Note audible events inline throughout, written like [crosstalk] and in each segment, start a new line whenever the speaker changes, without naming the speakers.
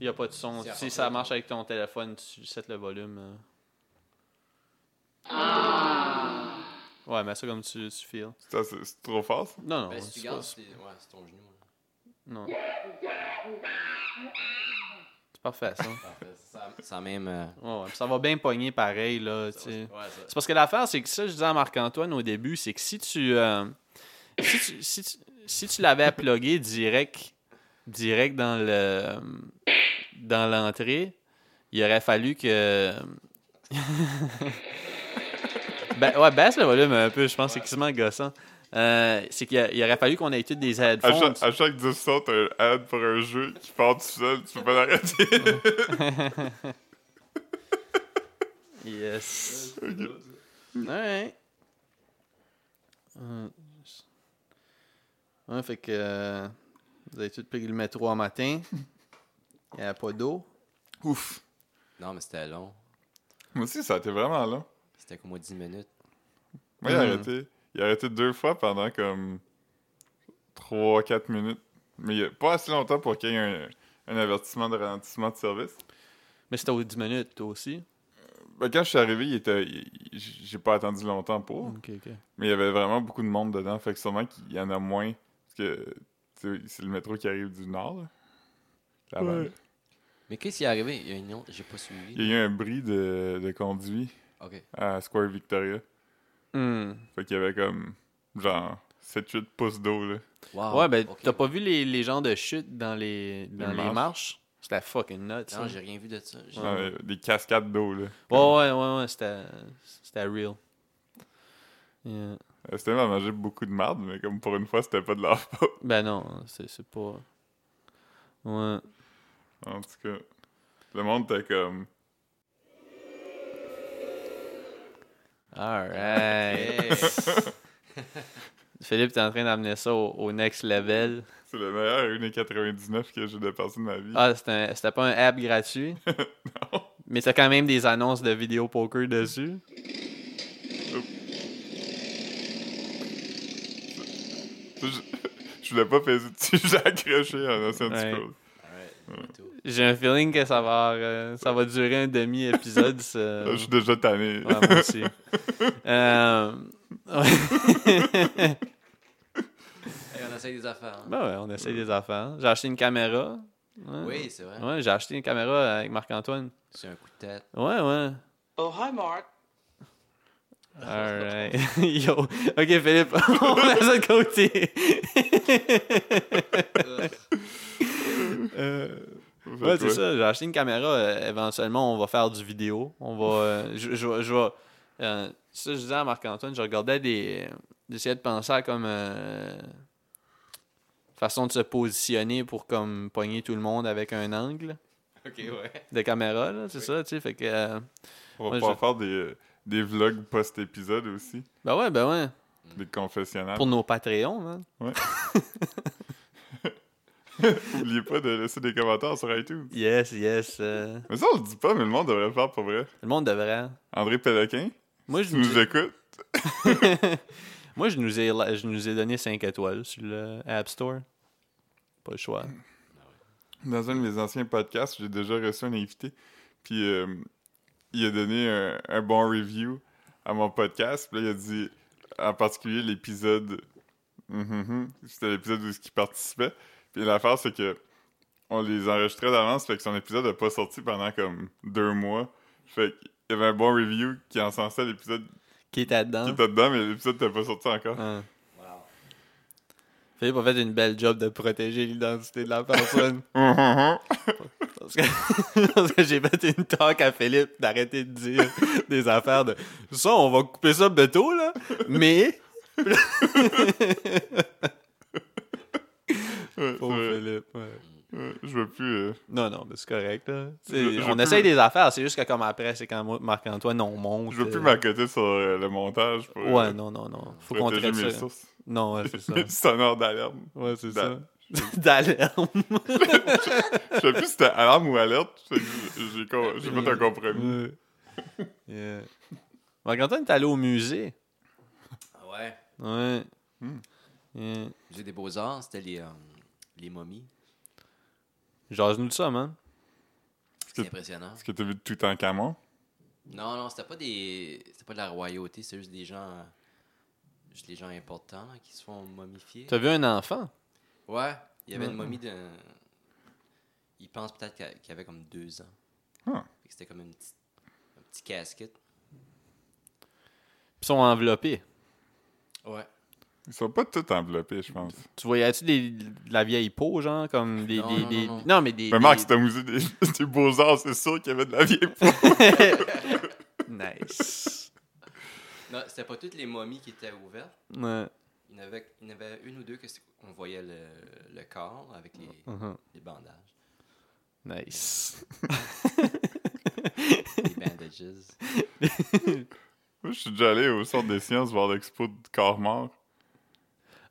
Il n'y a pas de son.
C'est
Si
à
ça
partir-
marche avec ton téléphone, tu sets le volume. euh.
Ah!
Ouais, mais ça comme tu, tu feels.
C'est assez- c'est trop fort, ça.
Non, non.
Ben, si tu
c'est
gardes,
pas-
c'est ouais, c'est ton genou. hein.
non. C'est parfait, ça.
Parfait. Ça, ça même. euh,
Ouais, ouais, puis ça va bien pogner pareil, là.
ça-
tu sais.
ouais, ça-
C'est parce que l'affaire, c'est que ça, je disais à Marc-Antoine au début, c'est que si tu, euh, si tu, si tu, si tu l'avais à plugger direct, direct dans le dans l'entrée, il aurait fallu que. [laughs] Ben, ouais, baisse le volume un peu, je pense, c'est quasiment gossant. Euh, c'est qu'il a- il aurait fallu qu'on ait tous des
À
headphones.
chaque, à chaque 10 sons, t'as un ad pour un jeu qui part tout seul, tu peux pas l'arrêter.
Yes. Ouais. Euh, Ouais, fait que euh, vous avez tous pris le métro en matin. Il n'y a pas d'eau.
Ouf.
Non, mais c'était long.
Moi aussi, ça a été vraiment long.
C'était comme au 10 minutes.
Moi, il a
Hmm.
arrêté. Il a arrêté deux fois pendant comme 3-4 minutes. Mais il a pas assez longtemps pour qu'il y ait un, un avertissement de ralentissement de service.
Mais c'était aux 10 minutes, toi aussi.
Ben, quand je suis arrivé, il était. il- J'ai pas attendu longtemps pour.
Ok, ok.
Mais il y avait vraiment beaucoup de monde dedans. Fait que sûrement qu'il y en a moins. Parce que tu sais, c'est le métro qui arrive du nord. là. La
Ouais.
Havane.
Mais qu'est-ce qui est arrivé Il y a une autre, j'ai pas
Il
suivi.
y a eu un bris de, de conduit
Ok.
à Square Victoria.
Hmm.
Fait qu'il y avait comme genre 7-8 pouces d'eau là.
Wow.
ouais, ben,
ok.
t'as pas vu les, les gens de chute dans les, dans les,
marches.
marches? C'était fucking nuts. ça.
Non, j'ai rien vu de ça. J'ai-
Genre, euh, des cascades d'eau là.
Ouais, ouais, ouais, ouais, c'était c'était real. Yeah.
Euh, C'était même à manger beaucoup de marde, mais comme pour une fois, c'était pas de leur faute.
Ben non, c'est c'est pas. Ouais.
En tout cas, le monde était comme. Ah,
Alright. [laughs] Philippe, t'es en train d'amener ça au, au next level.
C'est le meilleur 1,99 que j'ai dépensé de ma vie.
Ah, c'était un- c'était pas un app gratuit,
[laughs] Non.
mais t'as quand même des annonces de vidéo poker dessus.
Je, je voulais pas peser dessus, [laughs] j'ai accroché en Ocean
Ouais.
Scroll.
Alright, c'est tout.
J'ai un feeling que ça va, euh, ça va durer un demi-épisode.
[laughs]
ça.
Là, je suis déjà tanné.
Euh. Ouais, moi aussi. Euh, ouais.
Hey, on essaye des affaires. hein.
ben ouais, on essaye des affaires. J'ai acheté une caméra. Ouais.
Oui, c'est vrai.
Ben, Ouais, j'ai acheté une caméra avec Marc-Antoine.
C'est un coup de tête.
Ouais, ouais.
Oh, hi, Mark.
Ah,
Alright. [laughs] Yo. Ok, Philippe, [laughs] on laisse ça de côté. Euh,
Fait
ouais,
que,
c'est ça. J'ai acheté une caméra. euh, éventuellement, on va faire du vidéo. On va. euh, je, je, vais- je vais. euh, ça, je disais à Marc-Antoine, je regardais des. J'essayais de penser à comme. euh, façon de se positionner pour comme pogner tout le monde avec un angle
Ok, ouais.
de caméra, là. C'est
Oui.
ça, tu sais. Fait que. euh,
On va
Ouais,
pouvoir
je-
faire des, euh, des vlogs post-épisode aussi,
ben ouais, ben ouais.
des confessionnels.
Pour nos Patreons, hein. man.
Oubliez pas de laisser des commentaires sur iTunes.
Yes, yes. euh,
Mais ça, on le dit pas, mais le monde devrait le faire pour vrai.
le monde devrait.
André Péloquin,
Moi, je
tu nous
nous ai,
écoutes?
moi, je nous ai, la- je nous ai donné 5 étoiles sur le App Store. Pas le choix.
Dans un de mes anciens podcasts, j'ai déjà reçu un invité. Puis euh, il a donné un, un bon review à mon podcast. Puis là, il a dit, en particulier, l'épisode. Hum, hum, hum. C'était l'épisode où il participait. Puis l'affaire, c'est que on les enregistrait d'avance. Fait que son épisode n'a pas sorti pendant comme deux mois. Fait qu'il y avait un bon review qui encensait l'épisode
Qui était dedans?
qui était dedans, mais l'épisode n'était pas sorti encore.
Hein. Philippe a fait une belle job de protéger l'identité de
[laughs]
la personne.
Hum, hum, hum.
parce que, [laughs] parce que j'ai fait une talk à Philippe d'arrêter de dire [laughs] des affaires de ça, on va couper ça de tôt, là. Mais.
Ouais, c'est
Pauvre
vrai.
oh, Philippe, ouais.
Ouais, je veux plus. euh,
Non, non, mais c'est correct, là. Tu sais,
Je- je
on
veux
essaye
plus-
des affaires, c'est juste que comme après, c'est quand moi- Marc-Antoine, on monte.
je veux plus
euh,
m'accoter sur euh, le montage. Pour, euh,
Ouais, non, non, non. Faut qu'on
protéger
traite
mes
ça.
sources.
Non, ouais,
[laughs]
c'est ça.
Le sonneur d'alarme.
Ouais, c'est
Da-
ça. [laughs] D'alarme.
Je sais plus si c'était alarme ou alerte. Je sais que j'ai- J'ai con- j'ai fait un
[laughs]
compromis.
yeah. Marc-Antoine, t'es allé au musée.
Ah ouais.
Ouais.
Hmm.
Yeah.
J'ai des beaux-arts, c'était les, euh, les momies.
Jase-nous de ça, man.
C'est impressionnant.
Est-ce que t'as vu tout en camon?
Non, non, c'était pas des. C'était pas de la royauté, c'est juste des gens. euh, Juste les gens importants là, qui se font momifier.
T'as vu un enfant?
Ouais, il y avait
Ouais.
une momie d'un. Il pense peut-être qu'a- qu'il avait comme deux ans.
Ah.
Fait que C'était comme une petite, un petit casquette.
Ils sont enveloppés.
Ouais.
Ils sont pas tout enveloppés, je pense.
Tu voyais-tu des- de la vieille peau, genre, comme des.
Non,
des-
non,
des-
non, non.
mais des.
Mais Marc,
des-
c'était au musée des, [laughs] des beaux-arts, c'est sûr qu'il y avait de la vieille peau.
[laughs] nice.
Non, c'était pas toutes les momies qui étaient ouvertes.
Ouais.
Il y en avait, il y en avait une ou deux que c'est- on voyait le, le corps avec les,
Mhm.
les bandages.
Nice.
Les bandages.
Moi, je suis déjà allé au Centre des sciences voir l'expo de corps mort.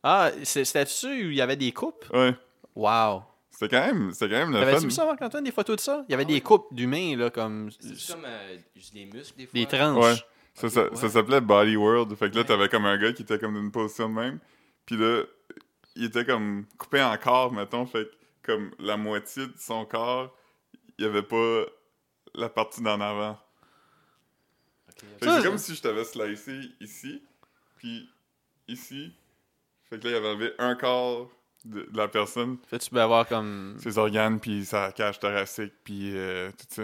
Ah, c'est- c'était dessus où il y avait des coupes?
Ouais.
Wow.
C'était quand même, c'était quand même le
T'avais-tu
fun.
vu ça, Marc-Antoine, des photos de ça? Il y avait
Ah
des
oui.
coupes d'humains, là, comme.
C'est juste comme euh, juste les muscles des fois.
Des tranches.
Ouais. Ça,
Ok,
ça,
ouais.
ça s'appelait Body World. Fait que là,
Ouais.
t'avais comme un gars qui était comme d'une position de même. Puis là, il était comme coupé en corps, mettons. Fait que comme la moitié de son corps, il y avait pas la partie d'en avant.
Ok,
Fait
ok.
que
Ça,
c'est
c'est-
comme si je t'avais slicé ici, puis ici. Fait que là, il avait enlevé un quart de, de la personne,
Fait que tu peux avoir comme.
ses organes, puis sa cage thoracique, puis euh, tout ça.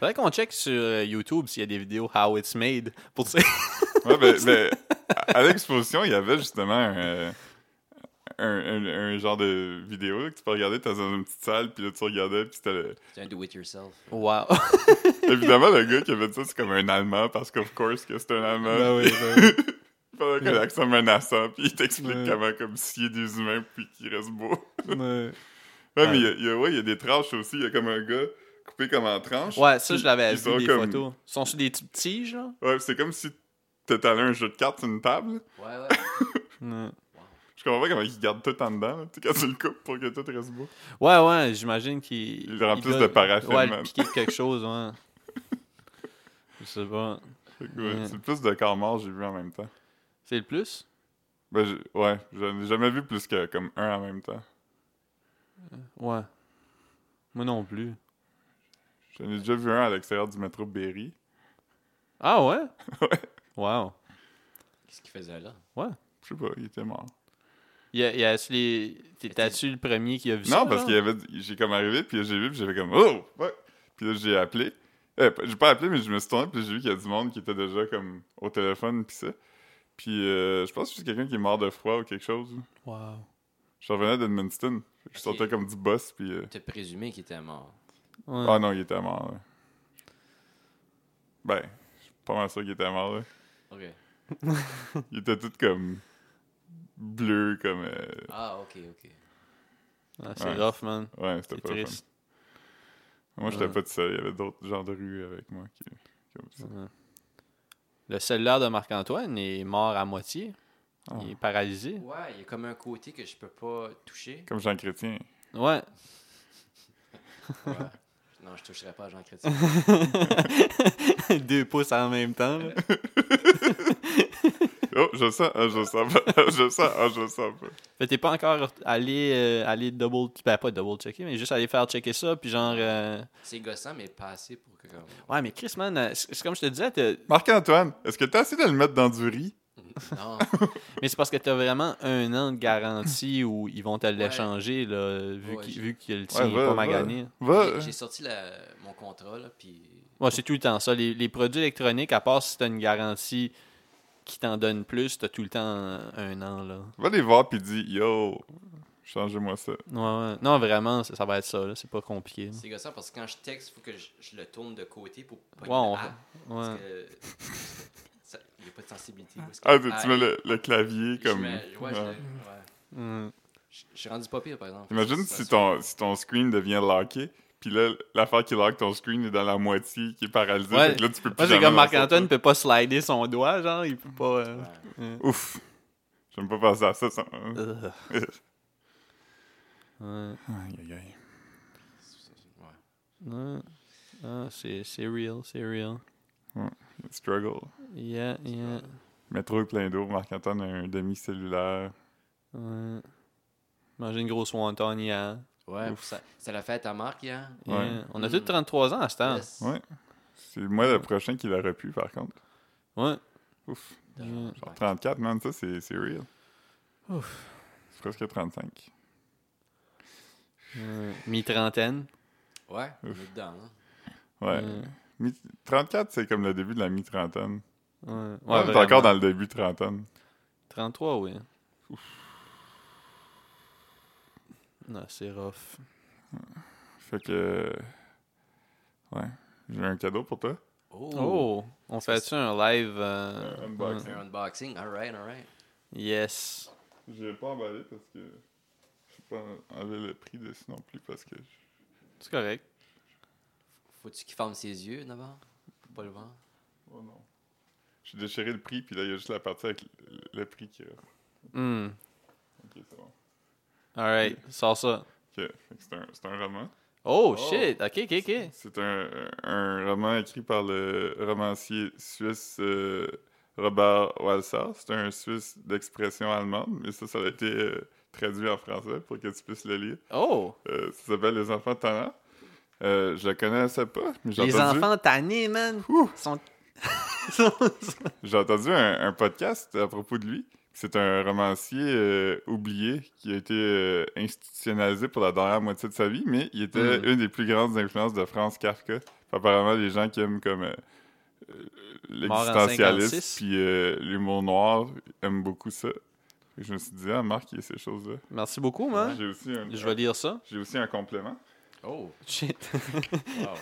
Faudrait qu'on check sur euh, YouTube s'il y a des vidéos How It's Made pour
[laughs]
[laughs] tu sais,
Ouais, ben, ben, à à l'exposition, il y avait justement un, euh, un, un- un genre de vidéo là, que tu peux regarder, t'es dans une petite salle, puis là, tu regardais, puis c'était... le-
C'est un do-it-yourself.
Wow.
Évidemment, le gars qui avait dit ça, c'est comme un Allemand, parce qu'of course que c'est un Allemand.
Ben
Il parlait avec un accent menaçant, puis il t'explique
Ouais.
comment comme scier des humains, puis qu'ils restent beaux.
[laughs] ouais.
Ouais, mais il y a- il y, a, ouais, il y a des tranches aussi. Il y a comme un gars coupé comme en tranches.
ça
Puis
je l'avais
ils
vu
sont
des
comme-
photos. Ils sont sur des petites tiges là.
Ouais, puis c'est comme si t'étalais un jeu de cartes sur une table.
Ouais, ouais.
Je comprends pas comment ils gardent tout en dedans, là, tu sais, quand tu le coupes pour que tout reste beau.
Ouais ouais, j'imagine qu'ils
Ils le remplissent
doivent-
de paraffine,
Ouais,
man.
le piquer de quelque
[laughs]
chose, ouais. Je sais pas.
Fait que,
Ouais.
ouais, C'est le plus de corps morts que j'ai vu en même temps.
C'est le plus
Ben, j'ai- ouais, j'en ai jamais vu plus que comme un en même temps.
Ouais. Moi non plus.
J'en ai déjà vu un à l'extérieur du métro Berry.
Ah ouais
[laughs] Ouais.
Wow.
Qu'est-ce qu'il faisait là?
Je sais pas, il était mort.
Il y a, il y a les t'étais-tu le premier qui a vu ça
non, parce qu'il y
genre?
avait. J'ai comme arrivé, puis j'ai vu, puis j'ai fait comme Oh! Ouais. Puis là, j'ai appelé. Euh, j'ai pas appelé, mais je me suis tourné, puis j'ai vu qu'il y a du monde qui était déjà comme au téléphone, puis ça. Puis euh, je pense que c'est quelqu'un qui est mort de froid ou quelque chose.
Wow.
Je revenais d'Edmundston. Fait que Je
Ok.
sortais comme du boss, puis. euh,
T'as présumé qu'il était mort.
Ouais.
Ah non, il était mort. là. Ben, je suis pas mal sûr qu'il était
[laughs]
mort. là.
Ok.
Il était tout comme. bleu, comme. euh,
Ah, ok, ok.
Ah, c'est
Ouais.
rough man.
Ouais, c'était
C'est
pas le fun.
triste.
Moi, j'étais
Ouais.
pas tout seul. Il y avait d'autres gens de rue avec moi qui. qui ont vu ça.
Ouais. Le cellulaire de Marc-Antoine est mort à moitié.
Ah.
Il est paralysé.
Ouais, il y a comme un côté que je peux pas toucher.
Comme Jean Chrétien.
Ouais. [laughs]
Ouais. non, je toucherai pas à Jean Chrétien.
Deux pouces en même temps. là.
Oh, je sens, ah, je sens pas, [laughs] ah, je sens, ah, je sens pas.
Fait que t'es pas encore allé, euh, aller double... Ben, pas double checker, mais juste aller faire checker ça, puis genre... euh,
C'est gossant, mais pas assez pour
[laughs]
que. Comme...
Ouais, mais Chris, man, euh, c'est c'est comme je te disais, t'as-
Marc-Antoine, est-ce que t'as essayé de le mettre dans du riz?
Non,
mais c'est parce que t'as vraiment un an de garantie où ils vont te l'échanger, là, vu
Ouais,
qu'il
j'ai-
vu que le tien est
va,
pas
va.
magané.
Va!
j'ai- j'ai sorti la- mon contrat, là, puis.
Ouais, c'est tout le temps ça. Les, les produits électroniques, à part si t'as une garantie qui t'en donne plus, t'as tout le temps un an, là.
Va les voir pis dis, yo, changez-moi ça.
Ouais, ouais. Non, vraiment, ça, ça va être ça, là. C'est pas compliqué.
C'est gossant parce que quand je texte, il faut que je, je le tourne de côté pour pas
Ouais, on-
Parce
Ouais.
que. ça- Il n'y a pas de sensibilité. Parce que-
Ah, tu
Ah,
mets le, le clavier
je
comme.
mets- ouais, je,
Ah.
le- ouais.
Mm.
Je- je suis rendu pas pire, par exemple.
Imagine
Ça,
si
ça-
ton, si ton screen devient locké, pis là, l'affaire qui lock ton screen est dans la moitié qui est paralysée,
Ouais.
fait que là, tu peux plus.
Moi, c'est
jamais
comme
la sortir.
Marc-Antoine peut pas slider son doigt, genre, il peut pas. euh,
Ouais.
Ouf! J'aime pas penser à ça, ça.
Ugh. [laughs] Ouais.
Aïe, aïe, aïe.
Ouais.
Ouais. Ah, c'est c'est real, c'est real.
Struggle.
Yeah, yeah.
Métro est plein d'eau, Marc-Antoine a un demi-cellulaire.
Ouais. Manger une grosse wonton hier.
Ouais,
Ouf.
ça, ça l'a fait à ta marque, hein?
Yeah.
Ouais.
On a tous 33 ans à ce temps.
Yes.
Ouais. C'est moi le prochain qui l'aurait pu, par contre.
Ouais.
Ouf.
Yeah.
Ouais.
34, man, ça, c'est c'est real.
Ouf.
C'est presque 35.
Ouais. Mi-trentaine.
Ouais, on est dedans, hein?
Ouais.
Ouais.
Mi- 34, c'est comme le début de la mi-trentaine.
Mm. Ouais. Ouais,
Ouais, t'es
vraiment.
encore dans le début trentaine.
33, oui. Non, c'est rough.
Fait que. Ouais. J'ai un cadeau pour toi.
Oh!
Oh! On fait-tu un live? euh,
Un unboxing.
Un unboxing, alright, alright.
Yes.
Je vais pas emballé parce que. Je vais pas enlever le prix dessus non plus parce que.
C'est correct.
Faut-tu qu'il ferme ses yeux d'abord? Faut pas le voir.
Oh non. J'ai déchiré le prix, puis là, il y a juste la partie avec le, le prix qui reste.
Hmm.
Ok, c'est bon.
Alright, sors ça.
Ok, fait que c'est un, c'est un roman.
Oh,
Oh.
shit! Ok, ok, ok.
C'est un, un roman écrit par le romancier suisse euh, Robert Walser. C'est un Suisse d'expression allemande, mais ça, ça a été euh, traduit en français pour que tu puisses le lire.
Oh!
Euh, ça s'appelle Les Enfants Tannants. Euh, je le connaissais pas, mais j'ai
Les
entendu,
enfants tannés, man!
Ouh.
Sont... [laughs]
j'ai entendu un, un podcast à propos de lui. C'est un romancier euh, oublié qui a été euh, institutionnalisé pour la dernière moitié de sa vie, mais il était
Mm.
une des plus grandes influences de Franz Kafka. Apparemment, les gens qui aiment comme euh, euh,
Mort en
l'existentialisme
56.
puis euh, l'humour noir aiment beaucoup ça. Et je me suis dit, ah, Marc, il y a ces choses-là.
Merci beaucoup, man.
J'ai aussi, un-
Je vais lire ça.
j'ai aussi un complément.
Oh!
Shit.
Wow! [laughs]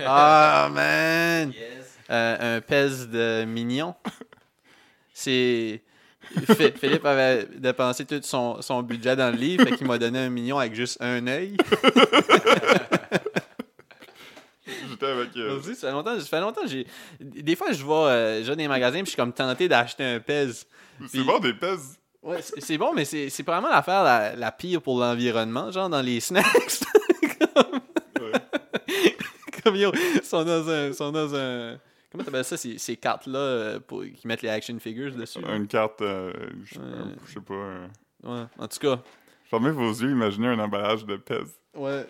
Ah, man!
yes!
Euh, un pèse de mignon. C'est.
[laughs]
Phil- Philippe avait dépensé tout son, son budget dans le livre, fait qu'il m'a donné un mignon avec juste un
[laughs]
œil.
J'étais avec. euh,
Aujourd'hui, ça fait longtemps, ça fait longtemps que j'ai. Des fois, je vais, euh, je vais dans les magasins, puis je suis comme tenté d'acheter un pèse.
c'est
puis-
bon des pèses.
Ouais, c'est c'est bon, mais c'est c'est probablement l'affaire la, la pire pour l'environnement, genre dans les [laughs] snacks.
Ouais.
comme yo, sont dans un. Sont dans un comment t'appelles ça, ces, ces cartes-là euh, pour- qui mettent les action figures dessus? là?
Une carte, euh, je
Ouais.
je sais pas. un-
Ouais, en tout cas.
Fermez vos yeux, imaginez un emballage de
[laughs]
pèse.
Ouais.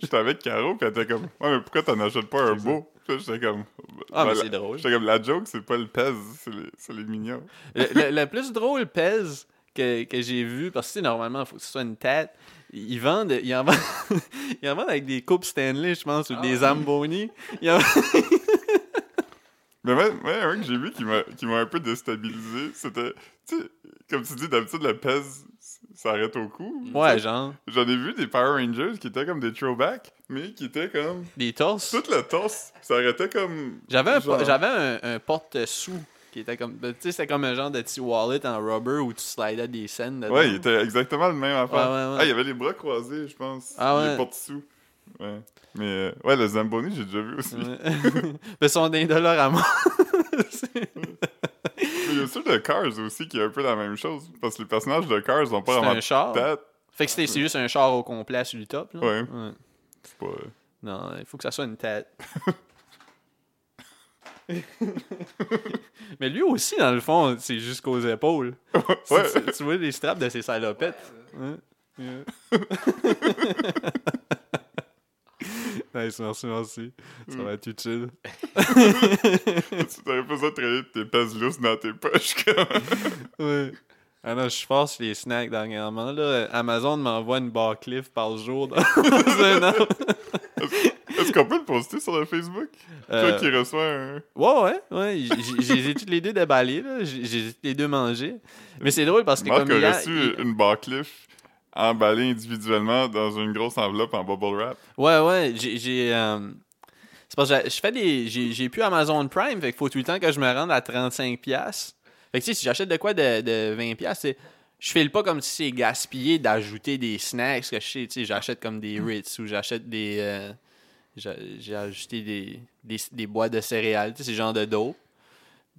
J'étais avec Caro, puis elle était comme Ouais, mais pourquoi t'en achètes pas un
C'est
beau Puis là, j'étais comme
Ah, mais
Voilà.
c'est
[laughs]
drôle.
J'étais comme La joke, c'est pas le pèse, c'est les, c'est les mignons.
le, le- le plus drôle pèse que, que j'ai vu, parce que tu sais, normalement, il faut que ce soit une tête. Ils vendent, ils en vendent, [laughs] ils en vendent avec des coupes Stanley, je pense, ou
Ah
des
oui.
Zamboni. Ils en-
Mais ouais, ouais, un que j'ai vu qui m'a qui m'a un peu déstabilisé, c'était. Tu sais, comme tu dis, d'habitude, le pèse s'arrête au cou.
Ouais, genre,
J'en ai vu des Power Rangers qui étaient comme des throwbacks, mais qui étaient comme.
des torses.
Toute la torse s'arrêtait comme.
J'avais un, po-
genre-
j'avais un, un porte-sous qui était comme, ben, tu sais, c'était comme un genre de petit wallet en rubber où tu slidais des scènes dedans.
Ouais, il était exactement le même affaire.
Ouais, ouais, ouais.
Ah, il avait les bras croisés, je pense.
Ah
Il est
ouais.
porte-sous. Ouais. Mais euh, ouais, le Zamboni, j'ai déjà vu aussi.
Ouais. [laughs] Mais son indolore à moi. [laughs] C'est-
Mais il y a aussi le Cars aussi qui est un peu la même chose. Parce que les personnages de Cars n'ont pas
C'est
vraiment
un char.
de tête.
fait que c'était- c'est juste un char au complet sur le top. Là.
Ouais. C'est
[laughs]
pas.
Non, il faut que ça soit
[laughs]
une tête. [laughs] Mais lui aussi, dans le fond, c'est jusqu'aux épaules. Tu-
Ouais.
Tu, tu vois les straps de ses salopettes. Hein? Yeah. [laughs] nice, merci, merci. Ça va être utile.
tu t'aurais pas ça traîner tes pèses lousses dans tes poches.
[laughs]
comme.
Ouais. Ah non, je suis fort sur les snacks dernièrement. Là. Amazon m'envoie une barcliff par jour dans [laughs] un an.
Est-ce qu'on peut le poster sur le Facebook
Euh,
Toi qui reçois un.
Ouais, ouais, ouais. j- j- J'ai j'ai toutes les deux déballées, là. J'ai j'ai toutes les deux mangées. Mais c'est drôle parce que
Marc
comme
a
hier,
reçu
il-
une barcliff emballée individuellement dans une grosse enveloppe en bubble wrap.
Ouais, ouais, j'ai... j'ai, euh, C'est parce que j'a- je fais des... J'ai j'ai plus Amazon Prime, fait qu'il faut tout le temps que je me rende à 35$. piastres. Fait que tu sais, si j'achète de quoi de, de 20$, piastres, c'est- je file pas comme si c'est gaspillé d'ajouter des snacks, que je sais, tu sais, j'achète comme des Ritz ou j'achète des... euh, j'a- J'ai ajouté des, des, des boîtes de céréales, tu sais, c'est genre de dos.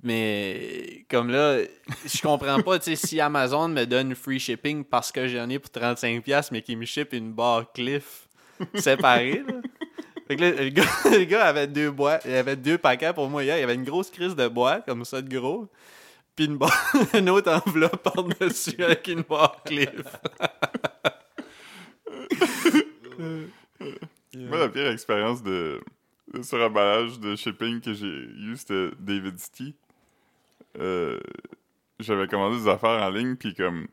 Mais comme là, je comprends pas, tu sais, si Amazon me donne free shipping parce que j'en ai pour 35$, piastres, mais qu'il me ship une barre Cliff séparée, là. Fait que là, le gars, [laughs] le gars avait deux boîtes, il avait deux paquets pour moi hier, il avait une grosse crise de boîte, comme ça, de gros. Puis une, barre- [laughs] une autre enveloppe par-dessus avec une barre cliff.
Moi, la pire expérience de, de sur emballage de shipping que j'ai eue, c'était David City. Euh, J'avais commandé des affaires en ligne, puis comme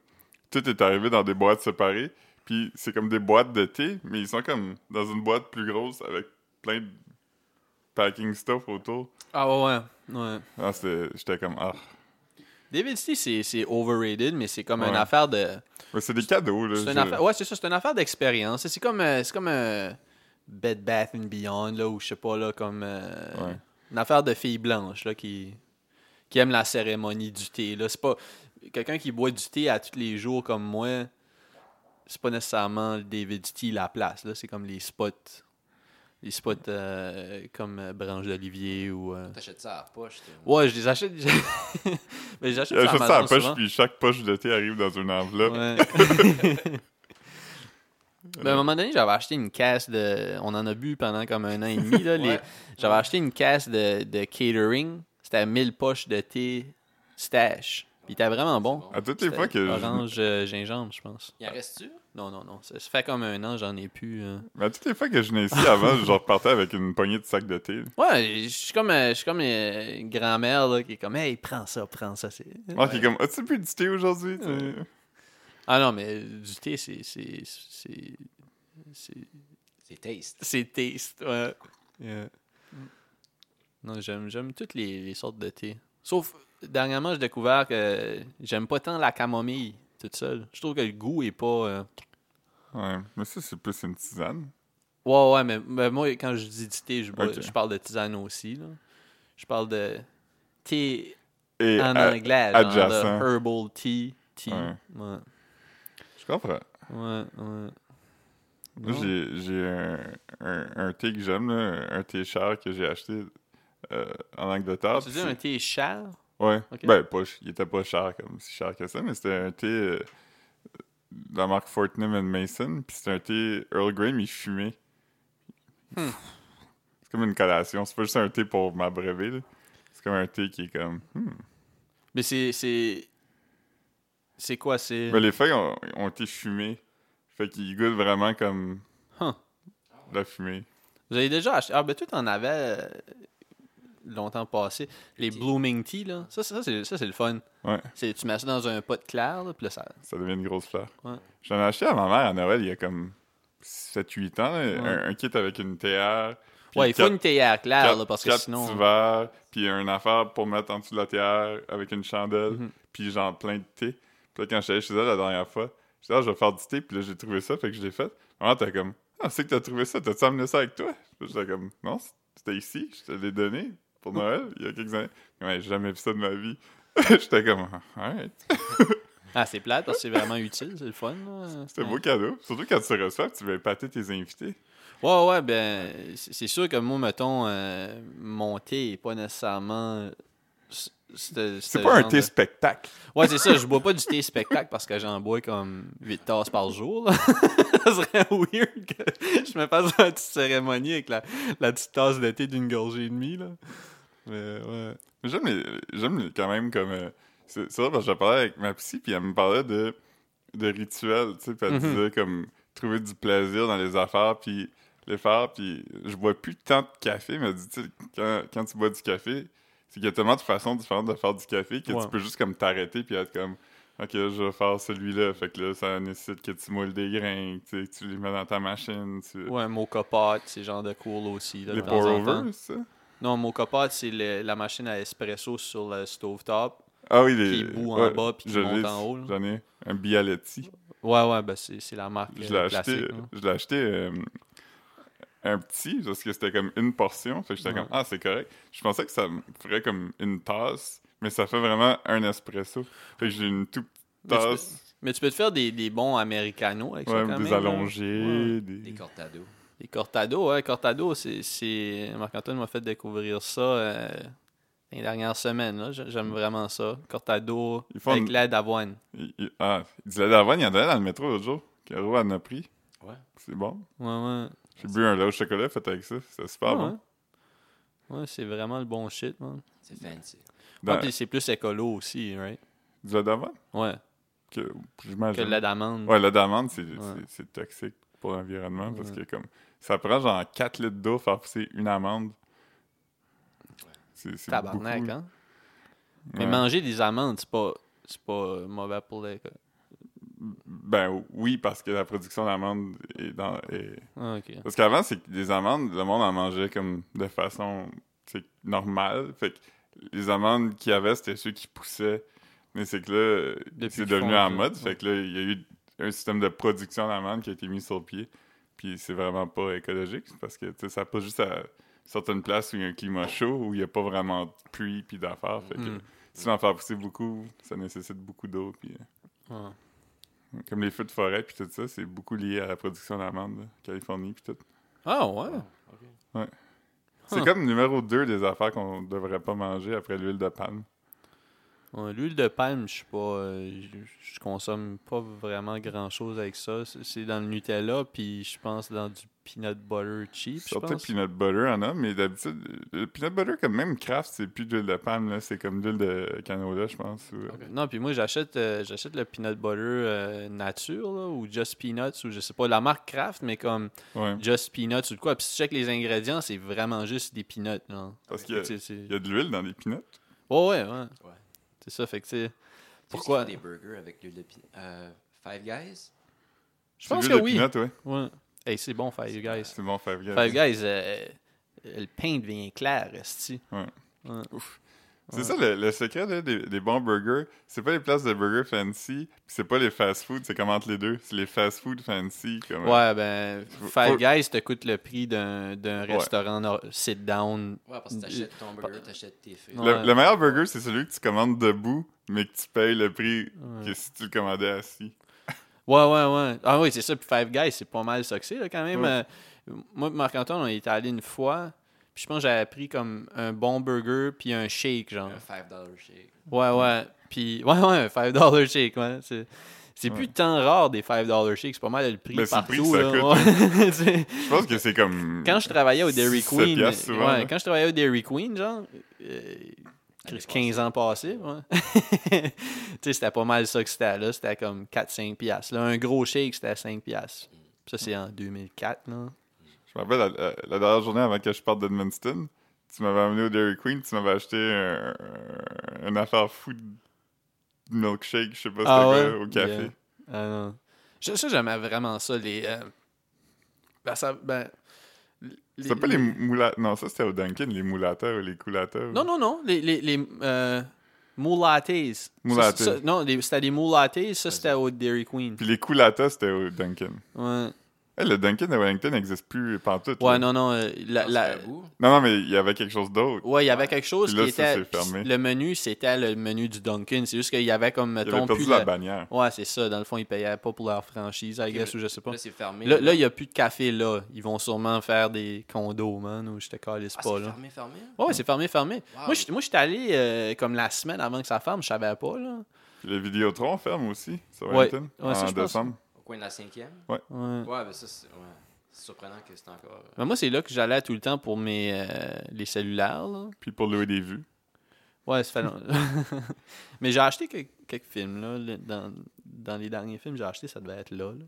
tout est arrivé dans des boîtes séparées. Puis c'est comme des boîtes de thé, mais ils sont comme dans une boîte plus grosse avec plein de packing stuff autour.
Ah ouais, ouais. ouais.
Ah, c'était- J'étais comme, ah.
David City, c'est- c'est overrated, mais c'est comme une
Ouais.
affaire de.
Mais c'est des cadeaux, là.
C'est une
je-
affaire, ouais, c'est ça, c'est une affaire d'expérience. C'est comme, euh, c'est comme euh, Bed Bath and Beyond, là, ou je sais pas, là, comme euh,
Ouais.
une affaire de filles blanches, là, qui, qui aiment la cérémonie du thé, là. C'est pas... Quelqu'un qui boit du thé à tous les jours comme moi, c'est pas nécessairement le David Tea la place, là. C'est comme les spots, les spots euh, comme euh, Branche d'Olivier ou... euh,
T'achètes ça à la poche, toi.
Ouais, je [laughs] les achète... Mais j'achète
Il achète
sur
ça à la
Amazon
poche,
souvent.
Euh, puis chaque poche de thé arrive dans une enveloppe.
Ouais. [laughs] Ben, à un moment donné, j'avais acheté une caisse de. On en a bu pendant comme un an et demi. là, les-
Ouais.
J'avais acheté une caisse de, de catering. C'était à 1000 poches de thé stash. Puis était vraiment bon.
À toutes les
C'était
fois que je-
Orange, euh, gingembre, je pense.
Il en reste-tu?
Non, non, non. Ça, ça fait comme un an, j'en ai plus. euh.
Mais à toutes les fois que je venais ici avant,
[laughs]
je repartais avec une poignée de sacs de thé.
Ouais, je suis comme, euh, je suis comme euh, une grand-mère là, qui est comme Hey, prends ça, prends ça. c'est-
Ah, qui est comme, as-tu bu du thé aujourd'hui? tu sais?
Ouais. Ah non, mais euh, du thé, c'est. c'est- C'est. c'est-
C'est taste.
C'est taste, ouais. Non, j'aime, j'aime toutes les, les sortes de thé. Sauf, dernièrement, j'ai découvert que j'aime pas tant la camomille toute seule. Je trouve que le goût est pas... euh,
Ouais, mais ça, c'est plus une tisane.
Ouais, ouais, mais, mais moi, quand je dis du thé, je, bois-
Ok.
je parle de tisane aussi. là. Je parle de thé
Et euh,
en
à-
anglais, genre de
adjacent.
herbal tea. tea.
Ouais.
Ouais,
Je comprends.
ouais, ouais.
Moi,
Non.
j'ai, j'ai un, un- un thé que j'aime, là, un thé cher que j'ai acheté euh, en Angleterre.
Ah, Tu
puis
dis un thé cher?
Ouais.
Ok.
Ben, pas, ch- il était pas cher, comme si cher que ça, mais c'était un thé euh, de la marque Fortnum and Mason, puis c'était un thé Earl Grey, mais fumé.
Hmm.
C'est comme une collation. C'est pas juste un thé pour m'abreuver, là. C'est comme un thé qui est comme... hmm.
Mais c'est... C'est, c'est quoi? C'est...
Ben, les feuilles ont, ont été fumées. Fait qu'ils goûtent vraiment comme
Huh.
la fumée.
Vous avez déjà acheté. Ah, ben, toi, t'en avais euh, longtemps passé. Les
tea.
Blooming Tea, là. Ça, ça, ça, c'est, ça, c'est le fun.
Ouais,
C'est, tu mets ça dans un pot de clair, là, puis là, ça.
ça devient une grosse fleur.
Ouais.
J'en ai acheté à ma mère à Noël il y a comme 7-8 ans. là, Un, un kit avec une théière. puis
ouais, il faut
quatre-
une théière claire,
quatre-
là, parce que
quatre
sinon.
petits verres, puis une affaire pour mettre en dessous de la théière avec une chandelle,
Mhm.
puis genre plein de thé. Puis là, quand j'étais chez elle la dernière fois, je disais, ah, je vais faire du thé, puis là, j'ai trouvé ça, fait que je l'ai fait. Maman, t'as comme, ah, c'est que t'as trouvé ça, t'as-tu amené ça avec toi? Puis j'étais comme, non, c'était ici, je te l'ai donné pour Noël, il y a quelques années. Ouais, j'ai jamais vu ça de ma vie. [laughs] j'étais comme, alright,
Ah, c'est plate, parce que c'est vraiment utile, c'est le fun. là.
c'était
Ouais.
beau cadeau. Surtout quand tu reçois, puis tu vas épater tes invités.
Ouais, ouais, ben, c'est c'est sûr que moi, mettons, euh, mon thé est pas nécessairement. euh, C'est,
C'est pas un thé spectacle.
Ouais, c'est ça, je bois pas du thé spectacle parce que j'en bois comme 8 tasses par jour. là. [laughs] ça serait weird que je me fasse une petite cérémonie avec la, la petite tasse de thé d'une gorgée et demie. Là. Mais ouais.
Mais J'aime les- j'aime les- quand même comme. euh, c'est c'est vrai parce que je parlais avec ma psy, puis elle me parlait de, de rituels, tu sais, puis elle
Mhm.
disait comme trouver du plaisir dans les affaires, puis les faire, puis je bois plus tant de café, mais elle dit, tu sais, quand, quand tu bois du café, c'est qu'il y a tellement de façons différentes de faire du café que
Ouais.
tu peux juste comme t'arrêter, puis être comme. Ok, je vais faire celui-là. Fait que là, ça nécessite que tu moules des grains, tu sais, que tu les mets dans ta machine. Tu...
Ou un mocha pot, c'est genre de cool aussi. Là,
les
de temps en temps.
pour-overs, ça?
Non, mocha pot, c'est le- la machine à espresso sur le stovetop.
Ah oui, les.
Qui bout en bas, puis qui
je
monte
l'ai,
en haut, là.
J'en ai un Bialetti.
Ouais, ouais, ben c'est c'est la marque
Je l'ai
euh,
acheté,
classique, là.
je l'ai acheté euh, un petit, parce que c'était comme une portion. Fait que j'étais
Ouais.
comme, ah, c'est correct. Je pensais que ça me ferait comme une tasse, mais ça fait vraiment un espresso. Fait que j'ai une toute
Mais tu peux-
tasse,
Mais tu peux te faire des, des bons americanos avec ça
ouais,
quand même. hein.
des
là.
allongés, des...
Des cortados.
Les Cortado, ouais, Cortado, c'est- c'est. Marc-Antoine m'a fait découvrir ça euh, les dernières semaines. là. J'a- J'aime vraiment ça. Cortado
Ils font
avec
une-
l'aide d'avoine.
Il- il- Ah, il disait d'avoine, il y en avait dans le métro l'autre jour. Caro en a pris.
Ouais.
C'est bon.
Ouais, ouais.
J'ai bu un lait au chocolat fait avec ça. C'était super
Ouais,
bon.
ouais. Ouais, c'est vraiment le bon shit, man.
C'est fancy.
Ouais,
Dans-
puis c'est plus écolo aussi, right?
Du lait d'amande?
Ouais.
Que,
Que
j'imagine.
de la demande.
Ouais, le lait d'amande, c'est
Mm. Ouais.
c'est- c'est toxique pour l'environnement parce que
Ouais.
comme ça prend genre 4 litres d'eau faire pousser une amande. C'est c'est
Tabarnak,
beaucoup.
hein?
Ouais.
Mais manger des amandes, c'est pas, c'est pas euh, mauvais pour les.
Ben oui, parce que la production d'amandes est dans. est-
Ah, ok.
Parce qu'avant, c'est que les amandes, le monde en mangeait comme de façon tu sais, normale. Fait que les amandes qu'il y avait, c'était ceux qui poussaient. Mais c'est que là, euh,
Depuis
c'est
qu'ils
devenu
font
en
ça,
mode.
ouais.
Fait que là, il y a eu un système de production d'amandes qui a été mis sur le pied. Puis c'est vraiment pas écologique parce que tu sais, ça pas juste à certaines places où il y a un climat chaud, où il n'y a pas vraiment de pluie puis d'affaires. Fait que
Mm.
si on en fait pousser beaucoup, ça nécessite beaucoup d'eau. Puis. euh,
Ouais.
comme les feux de forêt puis tout ça, c'est beaucoup lié à la production d'amandes, là, Californie puis tout.
Ah, ouais.
Oh, ok.
C'est
Huh.
comme numéro 2 des affaires qu'on devrait pas manger après l'huile de palme.
Ouais, L'huile de palme, je suis pas. euh, je je consomme pas vraiment grand chose avec ça. C'est- C'est dans le Nutella, puis je pense dans du peanut butter cheap. Je
Surtout
pense.
peanut butter en a, mais d'habitude, le peanut butter, comme même Kraft, c'est plus d'huile de palme, là, c'est comme de l'huile de canola, je pense. ou-
Ok.
Non, puis moi, j'achète euh, j'achète le peanut butter euh, nature, là, ou Just Peanuts, ou je sais pas, la marque Kraft, mais comme
euh, Ouais.
Just Peanuts ou de quoi. Puis si tu check les ingrédients, c'est vraiment juste des peanuts. Genre.
Parce qu'il y, a-
Tu sais, c'est-
il y a de l'huile dans les peanuts.
Ouais, ouais, ouais.
Ouais.
C'est ça, fait que tu sais.
Tu sais
Pourquoi
qu'ils font des burgers avec l'huile de pi- euh, Five Guys
Je
C'est
pense
l'huile
que
de
oui.
peanut, ouais.
Ouais. Hey, c'est bon, Five
C'est-
Guys.
C'est bon, Five Guys.
Five Guys, euh, le pain devient clair, esti.
C'est ça le, le secret là, des, des bons burgers. C'est pas les places de burgers fancy, pis c'est pas les fast food, c'est comme entre les deux. C'est les fast food fancy. Comme,
Ouais, ben,
Faut-
Five
faut-
Guys te coûte le prix d'un d'un
Ouais.
restaurant nor- sit-down.
Ouais, parce que t'achètes ton burger, t'achètes tes feuilles.
Non.
euh, Le,
Ouais.
le meilleur burger, c'est celui que tu commandes debout, mais que tu payes le prix
Ouais.
que si tu le commandais assis.
Ouais, ouais, ouais. Ah oui, c'est ça. Puis Five Guys, c'est pas mal ça que c'est, là, quand même.
Ouais.
Euh, moi et Marc-Antoine, on était allé une fois. Puis je pense que j'avais pris comme un bon burger puis un shake, genre.
Un 5 shake.
Ouais, ouais. Puis, ouais, ouais, un $5 shake, ouais. C'est, c'est
Ouais.
plus tant rare des $5 shakes. C'est pas mal le prix
Ben, c'est le
partout,
prix que ça
là. Ouais. [laughs] C'est-
Je pense que c'est comme.
quand je travaillais au Dairy
Sept
Queen,
piastres souvent,
ouais,
là.
quand je travaillais au Dairy Queen, genre, euh,
Année
15 ans passés, ouais. [laughs] tu sais, c'était pas mal ça que c'était là, c'était comme 4-5 piastres. Là, un gros shake, c'était à 5 piastres. Ça, c'est en 2004, là.
Je me rappelle la, la- la dernière journée avant que je parte d'Edmundston, tu m'avais amené au Dairy Queen, tu m'avais acheté un, un affaire fou de milkshake, je sais pas
Ah
c'était
ouais?
quoi, au café.
Yeah. Ah non. Je- ça, j'aimais vraiment ça, les... euh, ben, ça- ben, les-
C'était pas les moulateurs. Non, ça c'était au Dunkin, les moulateurs ou les coulateurs.
Non, non, non. Les, les, les euh, moulates. Ça,
Moulates.
c'est- ça- non, les- c'était les moulates. Ça, c'était au Dairy Queen.
Puis les coulateurs, c'était au Dunkin.
Ouais,
Eh, le Dunkin de Wellington n'existe plus pantoute.
ouais
là.
non, non. euh, la-
Parce
la-
qu'à bout,
Non, non, mais il y avait quelque chose d'autre.
ouais, il y avait quelque chose
Puis là,
qui
ça,
était.
c'est fermé.
Le menu, c'était le menu du Dunkin'. C'est juste qu'il y avait comme,
Il
mettons,
avait perdu
plus.
la
le-
bannière.
Ouais, c'est ça. Dans le fond, ils payaient pas pour leur franchise, I guess,
mais
ou je sais pas.
Là, c'est fermé.
Là, là, il y a plus de café, là. Ils vont sûrement faire des condos, man, ou je te calisse
Ah, c'est
pas, là.
fermé, fermé.
Ouais, ouais, c'est fermé, fermé.
Wow.
Moi, je moi, j'étais allé euh, comme la semaine avant que ça ferme, je savais pas, là.
Puis le Vidéotron ferme aussi sur
Ouais.
Wellington
Ouais, ça,
en
je pense.
décembre.
Au coin de la cinquième.
Ouais.
Ouais, ben ça, c'est ouais. C'est surprenant que c'est encore. euh,
Ben, moi, c'est là que j'allais tout le temps pour mes euh, les cellulaires. là.
Puis pour louer des vues.
Ouais, ça fait long- [laughs] Mais j'ai acheté que- quelques films. Là, le- dans, dans les derniers films que j'ai acheté, ça devait être là. là.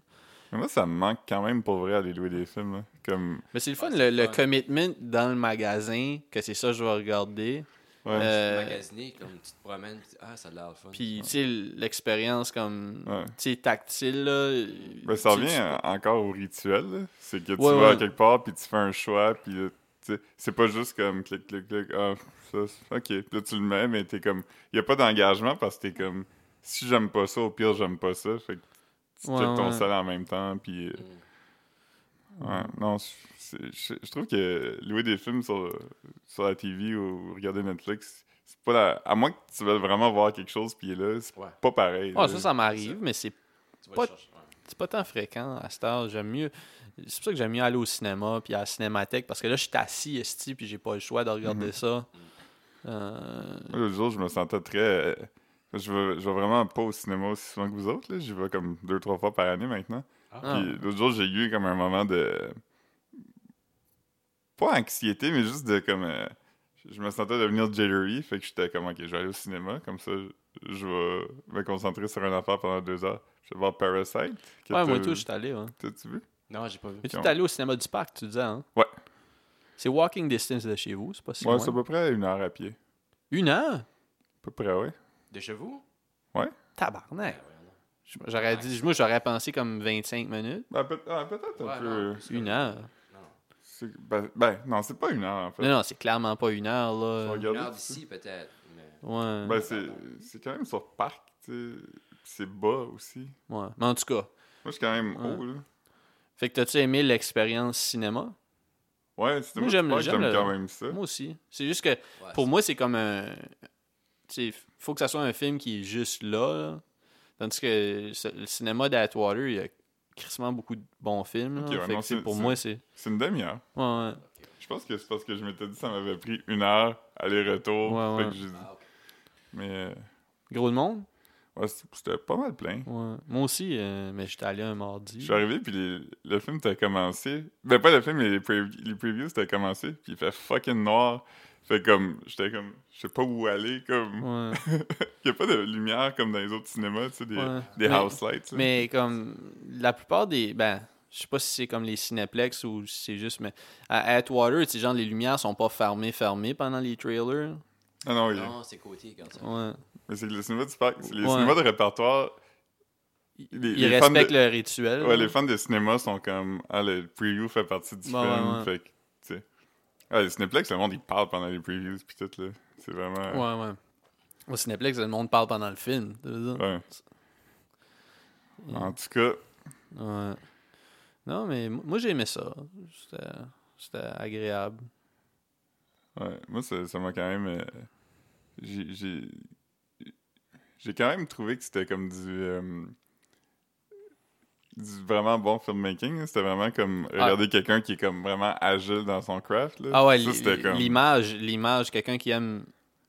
Mais moi, ça me manque quand même pour vrai aller louer des films. là. Comme...
Mais c'est le
Ouais,
fun,
c'est
le,
le
le
fun.
commitment dans le magasin, que c'est ça que je vais regarder.
Ouais.
Euh,
magasiné, comme tu te promènes, tu dis, ah, ça a l'air le fun.
Puis, tu sais, l'expérience comme
Ouais.
tu sais, tactile. Là,
Ben, ça
tu sais,
revient en- encore au rituel. là. C'est que tu
Ouais,
vas à
ouais.
quelque part, puis tu fais un choix, puis là, tu sais, c'est pas juste comme clic, clic, clic, ah, ça, c'est- ok. Puis là, tu le mets, mais t'es comme... Il a pas d'engagement parce que t'es comme... Si j'aime pas ça, au pire, j'aime pas ça. Fait que tu
Ouais,
checkes ton
ouais.
sel en même temps, puis... euh,
Mm.
Ouais, non, je- c'est- je je trouve que louer des films sur, sur la TV ou regarder Netflix, c'est pas la... À moins que tu veuilles vraiment voir quelque chose, puis là, c'est
Ouais.
pas pareil.
Ah,
là.
ça, ça m'arrive, mais c'est
Tu vas
Pas-
le chercher. ouais.
c'est pas tant fréquent à cette heure. J'aime mieux. C'est pour ça que j'aime mieux aller au cinéma puis à la cinémathèque parce que là, je suis assis, esti, puis j'ai pas le choix de regarder
Mm-hmm.
ça. Euh,
Moi, L'autre jour, je me sentais très... euh, Je vais, je vais vraiment pas au cinéma aussi souvent que vous autres, là. J'y vais comme deux, trois fois par année maintenant.
Ah.
Puis l'autre jour, j'ai eu comme un moment de... Pas anxiété, mais juste de comme... euh, je me sentais devenir Jailery, fait que j'étais comme, ok, je vais aller au cinéma, comme ça, je, je vais me concentrer sur un affaire pendant deux heures. Je vais voir Parasite. que
Ouais, moi
t'as-
tout, j'étais allé. hein.
T'as-tu vu?
Non, j'ai pas vu.
Mais tu
Non.
es allé au cinéma du parc, tu disais, hein?
Ouais.
C'est walking distance de chez vous, c'est pas si
Ouais,
loin.
c'est à peu près une heure à pied.
Une heure?
À peu près, ouais.
De chez vous?
Tabarnak!
Ah, ouais, non.
J'aurais dit, moi j'aurais pensé comme 25 minutes.
Ben, peut- ah, peut-être un
Ouais,
peu.
non, c'est
Une
comme-
heure.
Non, non.
c'est- Ben, ben, non, c'est pas une heure, en fait.
Non, non, c'est clairement pas une heure,
Je vais
là.
Une
regarder
heure
tout de suite.
d'ici, peut-être. mais-
Ouais.
Ben, c'est c'est quand même sur parc, tu sais. Puis C'est bas aussi.
ouais. Mais en tout cas.
Moi, je suis quand même
Ouais.
haut, là.
Fait que t'as-tu aimé l'expérience cinéma?
Ouais, c'est
Moi,
moi,
j'aime-
j'aime
j'aime le-
quand même ça.
Moi aussi. C'est juste que
Ouais,
pour moi, c'est comme un. Tu sais, faut que ça soit un film qui est juste là. là. Tandis que ce- le cinéma d'Atwater, il y a crissement beaucoup de bons films. là.
Ok, ouais,
fait
non,
que c'est-
c'est-
pour
c'est-
moi, c'est.
C'est une demi-heure.
Ouais, ouais.
Je pense que c'est parce que je m'étais dit que ça m'avait pris une heure aller-retour.
Ouais,
fait
ouais.
que j'ai dit.
Ah, ok.
Mais euh,
Gros de monde?
ouais, c- c'était pas mal plein.
Ouais. Moi aussi, euh, mais j'étais allé un mardi.
Je suis arrivé, puis les- le film t'a commencé. Ben, pas le film, mais les, prev- les previews t'as commencé, puis il fait fucking noir. Fait comme, j'étais comme, je sais pas où aller, comme.
Ouais.
Il y a pas de lumière comme dans les autres cinémas, tu sais, des,
Ouais.
des
Mais-
house lights. là.
Mais comme la plupart des. Ben, je sais pas si c'est comme les Cineplex ou si c'est juste. Mais à Atwater, tu sais, genre, les lumières sont pas fermées, fermées pendant les trailers.
Ah non, il y a-
Non, c'est côté, regarde ça.
Ouais.
mais c'est que le cinéma du parc, c'est les
Ouais.
cinémas de répertoire. les-
Ils
les fans
respectent
de-
le rituel.
Ouais, les fans de cinéma sont comme. Ah, le preview fait partie du
Bah, Ouais,
film.
ouais, ouais.
Fait que, tu sais. Ah, les Cineplex, le monde, ils parlent pendant les previews, pis tout, là. C'est vraiment.
Ouais, ouais. Au Cineplex, le monde parle pendant le film. tu veux dire?
Ouais. En tout cas,
Ouais. Non, mais m- moi, j'ai aimé ça. C'était- C'était agréable.
ouais, moi, ça ça m'a quand même. euh, j'ai- J'ai. J'ai quand même trouvé que c'était comme du. euh, du vraiment bon filmmaking. là. C'était vraiment comme regarder quelqu'un qui est comme vraiment agile dans son craft. Là.
Ah ouais,
Ça,
l'i-
c'était comme-
l'image, l'image, quelqu'un qui aime,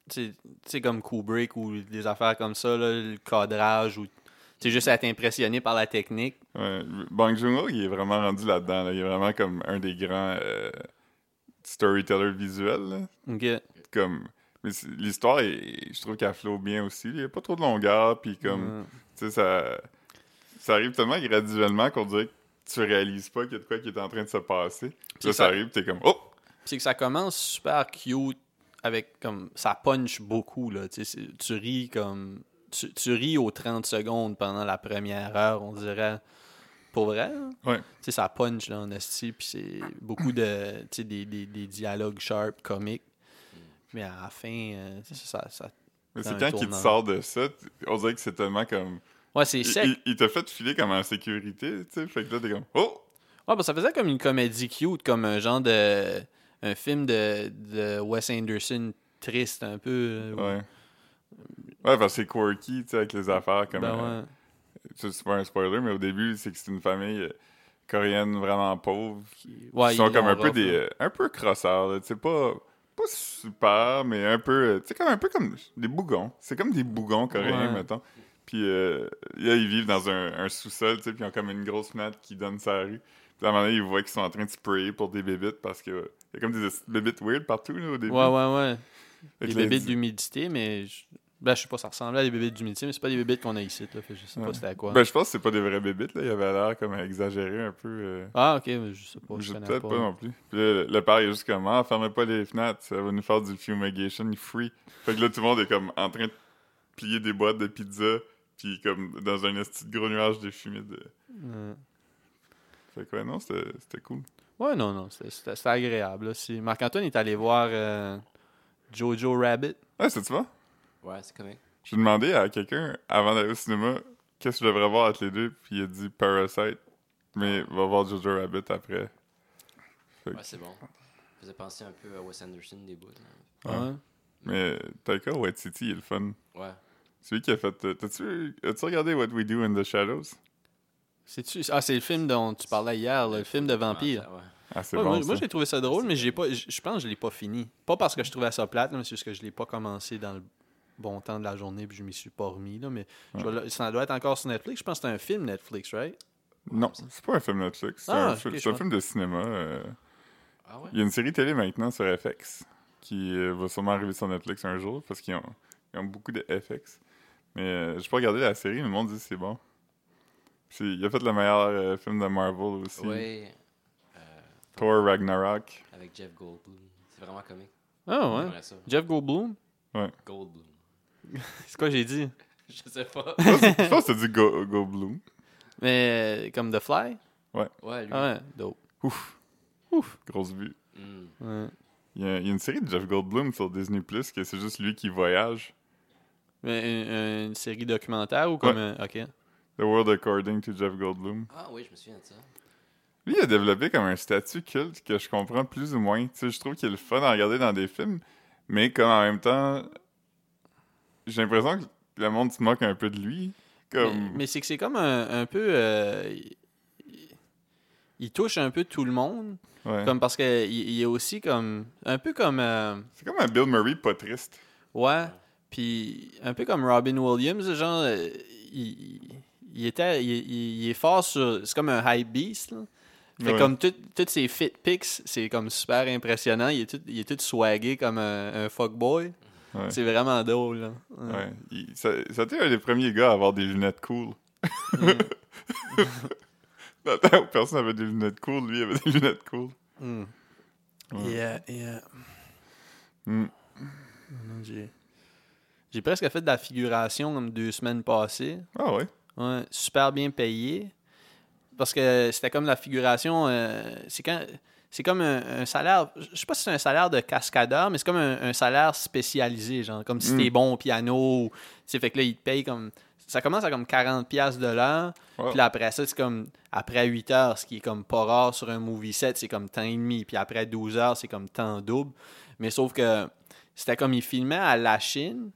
tu sais- tu sais, comme Kubrick ou des affaires comme ça, là, le cadrage ou, tu sais, juste à être impressionné par la technique.
Ouais, Bang Joon-ho, il est vraiment rendu là-dedans. là. Il est vraiment comme un des grands euh, storytellers visuels. là.
Ok.
Comme, mais c'est- l'histoire, est- je trouve qu'elle flot bien aussi. Il n'y a pas trop de longueur, puis comme,
Ouais.
tu sais, ça, ça arrive tellement graduellement qu'on dirait que tu réalises pas qu'il y a de quoi qui est en train de se passer. Puis là,
ça-
ça arrive, t'es comme, oh!
c'est que ça commence super cute avec comme ça punch beaucoup là tu sais, c'est- tu ris comme tu, tu ris aux 30 secondes pendant la première heure on dirait pour vrai hein?
Ouais.
tu sais ça punch là en esti puis c'est beaucoup de tu sais des, des, des dialogues sharp comiques mais à la fin euh, tu sais, ça, ça
Mais
Dans
c'est
un
quand qu'il te
tournant.
sort de ça, t- on dirait que c'est tellement comme.
ouais c'est
Il,
sec
il- il t'a fait filer comme en sécurité, tu sais. Fait que là, t'es comme, oh!
Ouais, parce que ça faisait comme une comédie cute, comme un genre de. un film de, de Wes Anderson triste, un peu. euh,
Ouais. Ouais, parce que c'est quirky, tu sais, avec les affaires. Comme,
Ben
euh,
ouais.
Ça, c'est pas un spoiler, mais au début, c'est que c'est une famille euh, coréenne vraiment pauvre.
Qui- ouais,
ils sont
ils
comme
ont
un peu
rough,
des.
là.
euh, un peu crosseurs, là, tu sais, pas. Pas super, mais un peu. euh, Tu sais, comme un peu comme des bougons. C'est comme des bougons coréens,
Ouais.
mettons. Puis euh, là, ils vivent dans un, un sous-sol, tu sais, puis ils ont comme une grosse fenêtre qui donne sa rue. Puis à un moment donné, ils voient qu'ils sont en train de sprayer pour des bébites parce que. euh, Il y a comme des bébites weird partout, là, au début.
Ouais, ouais, ouais.
Fait
Des
que là, ils
bébés
disent-
d'humidité, mais. Je... Ben, je sais pas, ça ressemblait à des bébés d'humidité, mais c'est pas des bébés qu'on a ici, là. Fait que je sais pas
Ouais.
c'était à quoi.
Ben, je pense que c'est pas des vrais bébites, là. Il avait l'air comme exagéré un peu. euh,
Ah, ok, mais je sais pas, je
Je
connais pas.
peut-être pas. non plus. Puis là, le- le père il est juste comme Ah, fermez pas les fenêtres, ça va nous faire du fumigation free. Fait que là, tout le monde est comme en train de plier des boîtes de pizza, puis comme dans un esti de gros nuage de fumée. De...
Ouais.
Fait que ouais, non, c'était c'était cool.
Ouais, non, non, c'était- c'était c'était agréable, là. Si Marc-Antoine est allé voir euh, Jojo Rabbit.
Ah, c'est-tu bon?
Ouais, c'est correct.
J'ai demandé à quelqu'un avant d'aller au cinéma qu'est-ce que je devrais voir entre les deux, puis il a dit Parasite, mais va voir Jojo Rabbit après.
Ouais, c'est bon. Ça faisait penser un peu à Wes Anderson des bouts. là.
Ouais.
Ouais.
Mais Taika Waititi, il est le fun.
Ouais.
Celui qui a fait. euh, T'as-tu as-tu regardé What We Do in the Shadows?
C'est-tu- Ah, c'est le film dont tu parlais hier, là, le film de vampire.
Ouais.
Ah, c'est
Ouais,
bon.
moi,
ça.
moi, j'ai trouvé ça drôle, mais j'ai pas, j- je pense que je l'ai pas fini. Pas parce que je trouvais ça plate, là, mais c'est juste que je l'ai pas commencé dans le bon temps de la journée puis je m'y suis pas remis. Là, mais je vais le- ça doit être encore sur Netflix. Je pense que c'est un film Netflix, right?
Non, c'est pas un film Netflix. C'est
Ah,
un,
ok,
fi-
je
c'est un
vois.
film de cinéma. euh.
Ah ouais?
Il y a une série télé maintenant sur FX. qui euh, va sûrement arriver sur Netflix un jour parce qu'ils ont, ils ont beaucoup de FX. Mais euh, j'ai pas regardé la série, mais le monde dit que c'est bon. Puis, il a fait le meilleur euh, film de Marvel aussi.
Ouais. Euh,
Thor
[laughs]
Ragnarok.
Avec Jeff Goldblum. C'est vraiment comique.
Ah ouais.
J'aimerais ça.
Jeff Goldblum?
Goldblum. [laughs]
C'est quoi j'ai dit?
Je
[laughs]
sais pas.
Je pense que c'est du Go, Go Bloom.
Mais euh, comme The Fly?
Ouais, lui.
Ah ouais, dope.
Ouf,
Ouf.
grosse vue.
Hmm.
Ouais.
Il y, a, il y a une série de Jeff Goldblum sur Disney Plus que c'est juste lui qui voyage.
Mais une, une série documentaire ou comme... un- OK.
The World According to Jeff Goldblum.
Ah oui, je me souviens de ça.
Lui, il a développé comme un statut culte que je comprends plus ou moins. Tu sais, je trouve qu'il est le fun à regarder dans des films, mais comme en même temps, j'ai l'impression que le monde se moque un peu de lui.
Mais,
Comme...
mais c'est que c'est comme un, un peu... euh, il- il- il touche un peu tout le monde.
Ouais.
Comme parce que il il est aussi comme un peu comme euh,
C'est comme un Bill Murray pas triste.
ouais, puis un peu comme Robin Williams, genre euh, il, il- il était il, il- il est fort sur c'est comme un hype beast. Là. Fait
Ouais.
comme tout- toutes ses fit pics, c'est comme super impressionnant, il est tout il est tout swagué comme un, un fuckboy.
Ouais.
C'est vraiment drôle. là. Ouais.
Ouais. Il- ça, ça a été un des premiers gars à avoir des lunettes cool.
Mm.
[laughs] Dans le temps où personne n'avait des lunettes cool, lui il avait des lunettes cool.
Mm.
Ouais.
Yeah, yeah.
Mm.
Non, J'ai j'ai presque fait de la figuration comme deux semaines passées.
Ah ouais.
Ouais, super bien payé. Parce que c'était comme la figuration. euh, c'est quand. C'est comme un, un salaire, je sais pas si c'est un salaire de cascadeur, mais c'est comme un, un salaire spécialisé, genre comme si
Mm.
t'es bon au piano, ou- tu sais, fait que là, ils te payent comme, ça commence à comme 40 pièces de l'heure,
Wow.
puis là, après ça, c'est comme, après 8 heures, ce qui est comme pas rare sur un movie set, c'est comme temps et demi, puis après 12 heures, c'est comme temps double, mais sauf que c'était comme, ils filmaient à la Chine,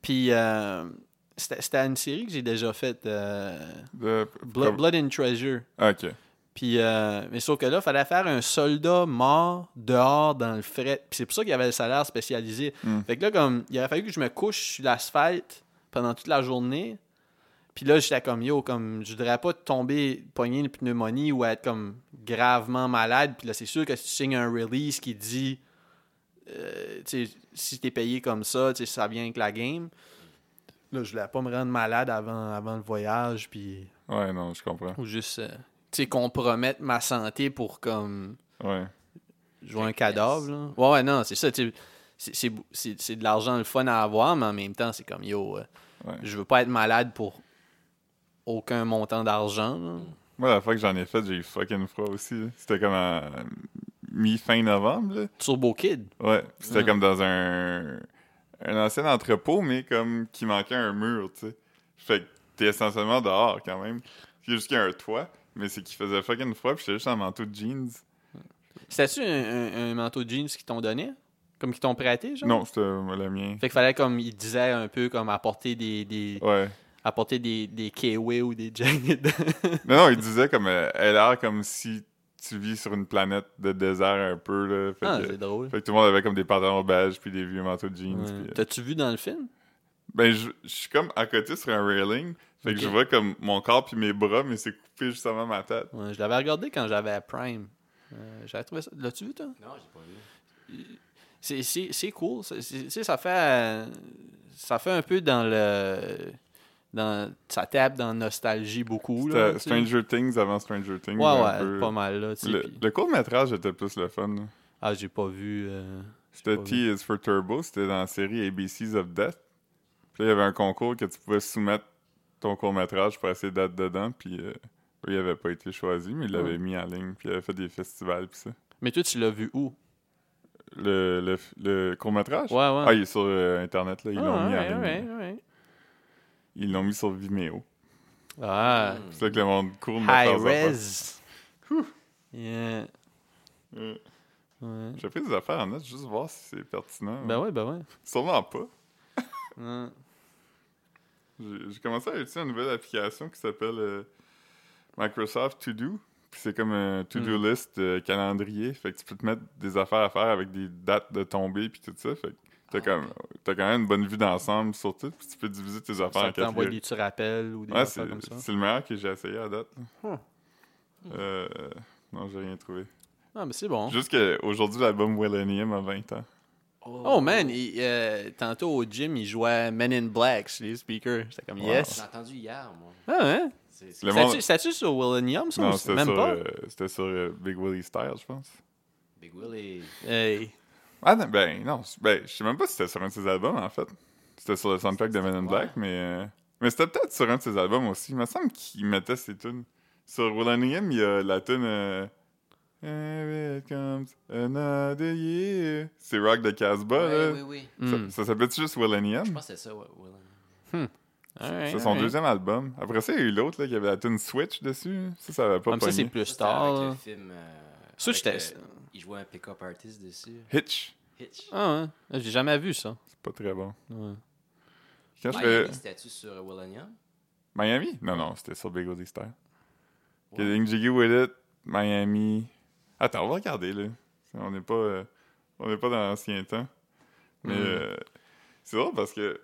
puis euh, c'était c'était une série que j'ai déjà faite, euh,
De-
Blood, Blood and Treasure.
Ah, ok.
Puis, euh, mais sauf que là, il fallait faire un soldat mort dehors dans le fret. Puis c'est pour ça qu'il y avait le salaire spécialisé.
Mm.
Fait que là, comme, il aurait fallu que je me couche sur l'asphalte pendant toute la journée. Puis là, j'étais comme, yo, comme, je voudrais pas tomber, pogner une pneumonie ou être comme gravement malade. Puis là, c'est sûr que si tu signes un release qui dit, euh, tu sais, si t'es payé comme ça, tu sais, ça vient avec la game. Là, je voulais pas me rendre malade avant, avant le voyage. Puis
Ouais, non, je comprends.
ou juste euh, tu sais, compromettre ma santé pour comme
Ouais.
jouer un cadavre. là. Ouais, ouais, non, c'est ça. tu sais, c'est- c'est bou- C'est c'est de l'argent le fun à avoir, mais en même temps, c'est comme yo, euh,
Ouais.
je veux pas être malade pour aucun montant d'argent. là.
Moi, la fois que j'en ai fait, j'ai eu fucking froid aussi. là. C'était comme à mi-fin novembre. là.
Turbo Kid.
Ouais. Puis C'était
Ouais.
comme dans un... un ancien entrepôt, mais comme qui manquait un mur, tu sais. Fait que t'es essentiellement dehors quand même. Puis jusqu'à un toit, mais c'est qu'il faisait fucking froid, puis j'étais juste en manteau de jeans.
C'était-tu un, un- un manteau de jeans qu'ils t'ont donné? Comme qu'ils t'ont prêté, genre?
Non, c'était euh, le mien.
Fait qu'il fallait comme ils disaient un peu comme apporter des. des
Ouais.
apporter des, des kiwis ou des [laughs] jagged.
Non, non, il disait comme euh, elle a l'air comme si tu vis sur une planète de désert un peu là. Fait,
ah,
que,
c'est drôle.
fait que tout le monde avait comme des pantalons beige puis des vieux manteaux de jeans.
Ouais.
puis, euh,
T'as-tu vu dans le film?
ben je, je suis comme à côté sur un railing, fait que
Ok.
je vois comme mon corps puis mes bras mais c'est coupé justement ma tête.
Ouais, je l'avais regardé quand j'avais Prime. Euh, j'avais trouvé ça. L'as-tu vu, toi?
Non, j'ai pas vu.
C'est, c'est, c'est cool. C'est- c'est- tu sais, ça fait. euh, Ça fait un peu dans le. Dans, ça tape dans nostalgie beaucoup.
C'était
Là, tu sais.
Stranger Things avant Stranger Things.
ouais,
un
ouais,
peu.
pas mal. Là, tu sais,
Le,
puis-
court métrage était plus le fun. là.
Ah, j'ai pas vu. euh,
C'était
pas
T is for Turbo, c'était dans la série ABCs of Death. Puis là, il y avait un concours que tu pouvais soumettre ton court-métrage pour essayer d'être dedans, puis euh, lui, il avait pas été choisi, mais il l'avait
Ouais.
mis en ligne, puis il avait fait des festivals, puis ça.
Mais toi, tu l'as vu où
Le, le, le court-métrage?
Ouais, ouais.
Ah, il est sur euh, Internet, là, ils
Ah,
l'ont mis en
ouais,
ligne.
ouais, ouais.
Ils l'ont mis sur Vimeo.
Ah,
Hmm.
C'est là que le monde court
high
mettre leurs affaires.
res. Yeah.
Euh,
Ouais.
J'ai pris des affaires en note, juste voir si c'est pertinent.
Ben ouais, ben ouais.
Sûrement pas.
Ouais.
J'ai j'ai commencé à utiliser une nouvelle application qui s'appelle euh, Microsoft To Do. Puis c'est comme un to-do
Hmm.
list euh, calendrier. Fait que tu peux te mettre des affaires à faire avec des dates de tombée puis tout ça. Fait que t'as
Ah,
comme t'as quand même une bonne vue d'ensemble sur tout. Puis tu peux diviser tes affaires en
Ça t'envoie
catégories.
des tu rappels ou des
Ouais,
affaires
c'est
comme ça.
c'est le meilleur que j'ai essayé à date.
Hmm.
Euh, non, j'ai rien trouvé.
Ah, mais c'est bon.
Juste qu'aujourd'hui, l'album Millennium a 20 ans.
Oh man, il- euh, tantôt au gym, il jouait Men in Black sur les speakers. C'était comme
Wow.
oh, J'ai
yes.
entendu hier, moi.
Ah hein?
C'est- c'est-
Le monde-
C'était-tu- C'était-tu sur Will and Yum, ça?
Non,
ou
c'était
même
sur,
pas.
euh, c'était sur euh, Big Willie Style, je pense.
Big Willie.
Hey.
Ah, non, ben non, c- ben, je sais même pas si c'était sur un de ses albums, en fait. C'était sur le soundtrack de Men in
Ouais.
Black, mais, euh, mais c'était peut-être sur un de ses albums aussi. Il me semble qu'il mettait ses tunes. Sur Will and Ian, il y a la tune... euh, Here it comes another year. C'est Rock de Casbah, là.
Ouais, oui, oui.
Ça,
Hmm.
ça s'appelle juste Will and Ian?
Je pense que c'est ça, ouais, Willie.
Alright,
C'est son
alright.
deuxième album. Après ça, il y a eu l'autre, là, qui avait la tune Switch dessus. Ça, ça avait pas
Comme Ah, ça, c'est
pogné.
plus
Ça, c'était avec
tard.
le
là.
film. euh,
Ça,
avec,
j'étais-
euh, Il jouait un pick-up artist dessus.
Hitch.
Hitch.
Ah ouais. J'ai jamais vu ça.
C'est pas très bon.
Ouais.
Quand je fais...
Miami, c'était-tu sur Will and Young?
Miami? Non, non, c'était sur Big Ozzy Star.
Ouais.
Getting Jiggy With It, Miami. Attends, on va regarder, là. On n'est pas, euh, on n'est pas dans l'ancien temps. Mais
Mm.
euh, c'est drôle parce que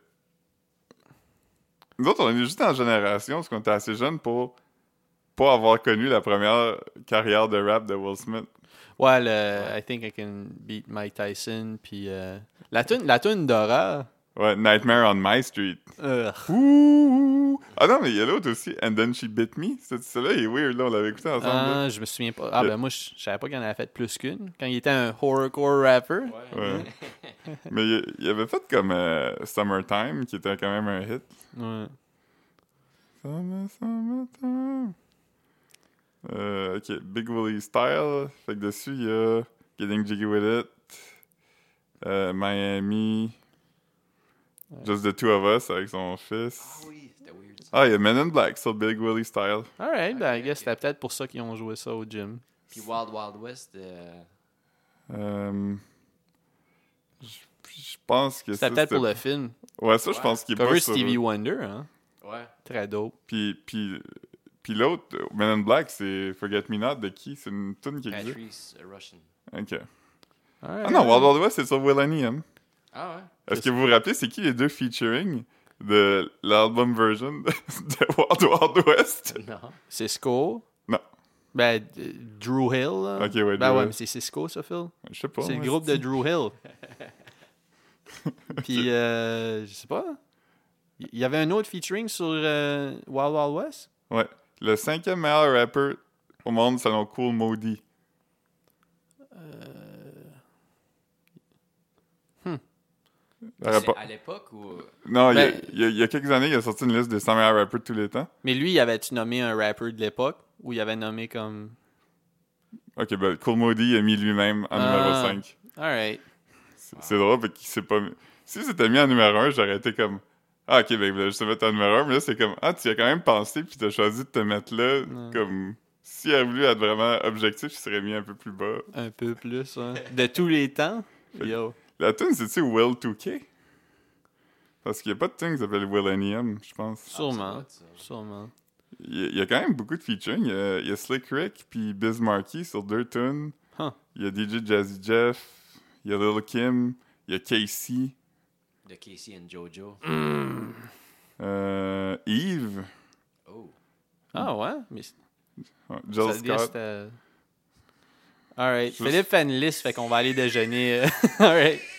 nous autres, on est juste en génération, parce qu'on était assez jeunes pour pas avoir connu la première carrière de rap de Will Smith.
Ouais, le I think I can beat Mike Tyson. Puis euh, la tune la tune d'horreur.
Ouais, Nightmare on My Street.
Ugh.
Ouh! Ah non, mais il y a l'autre aussi, And Then She Bit Me. C'est- Celui-là, il est weird, là, on l'avait écouté ensemble. là.
Ah, je me souviens pas. Ah,
Le-
ben moi, je je savais pas qu'il en avait fait plus qu'une. Quand il était un horrorcore rapper.
Ouais. Mais il- il avait fait comme euh, Summertime, qui était quand même un hit.
Ouais.
Summer, summertime. Euh, ok, Big Willie Style. Fait que dessus, il y a Getting Jiggy With It, euh, Miami, Just the Two of Us avec son
Ah
fils.
oui, c'était weird. ça.
Ah, il y a Men in Black sur Big Willie Style.
Alright, ben I
Ok,
guess
ok.
c'était peut-être pour ça qu'ils ont joué ça au gym.
Puis Wild Wild West, euh,
Euh, je je pense que
C'était
ça,
peut-être pour
c'était-
le film.
Ouais, ça, je pense qu'il est pas
Cover
sur-
Stevie Wonder, hein.
ouais.
Très dope.
Puis, puis, puis l'autre, Men in Black, c'est Forget Me Not de qui? C'est une tune
Ben,
qui existe.
Patrice euh, Russian.
Ok.
Alright.
Ah non, Wild Wild West, c'est sur Will and Ian.
Ah ouais?
Est-ce que vous vous rappelez, c'est qui les deux featuring de l'album version de [laughs] Wild Wild
Euh,
West?
Non.
Cisco.
Non.
Ben, d- Drew Hill. là.
Ok, ouais,
ben
Drew
ouais,
Hill.
mais c'est Cisco, ça, Phil.
Je sais pas.
c'est le
moi,
groupe de
c'est- [laughs]
Drew Hill. Puis, euh, je sais pas. Il y avait un autre featuring sur euh, Wild Wild West.
Ouais. Le cinquième meilleur rapper au monde selon Cool Modi.
Euh, hmm.
La
C'est
rappo-
à l'époque ou. Ah,
Non, il y a-
Ben-
il y, a- il y a quelques années, il a sorti une liste des 100 meilleurs rappers de tous les temps.
Mais lui, il avait-tu nommé un rapper de l'époque ou il avait nommé comme.
Ok, ben Cool Modi il a mis lui-même en
Ah.
numéro 5.
Alright.
C'est c'est drôle, parce qu'il s'est pas mis. Si c'était mis en numéro 1, j'aurais été comme. Ah, ok, ben, il voulait juste te mettre en numéro 1, mais là, c'est comme. Ah, tu y as quand même pensé, puis t'as choisi de te mettre là.
Ouais.
Comme. S'il avait voulu être vraiment objectif, il serait mis un peu plus bas.
Un peu
[laughs]
plus, hein. De tous les temps. Yo.
La tune, c'est-tu Will 2K? Parce qu'il n'y a pas de tune qui s'appelle Will and Ian, je pense.
Sûrement.
Ah, c'est pas ça.
Sûrement.
Il y, a- il y a quand même beaucoup de featuring. Il y a, il y a Slick Rick, puis Biz Markie sur deux tunes.
Huh.
Il y a DJ Jazzy Jeff. Il y a Lil Kim. Il y a Casey.
De Casey and Jojo.
Mm. Euh, Eve.
Oh.
Ah ouais? Mais
Ouais,
Ça
Jill
veut dire
Scott.
c'était- Alright.
Juste-
Philippe fait une liste, fait qu'on va aller déjeuner. [laughs] euh, Alright.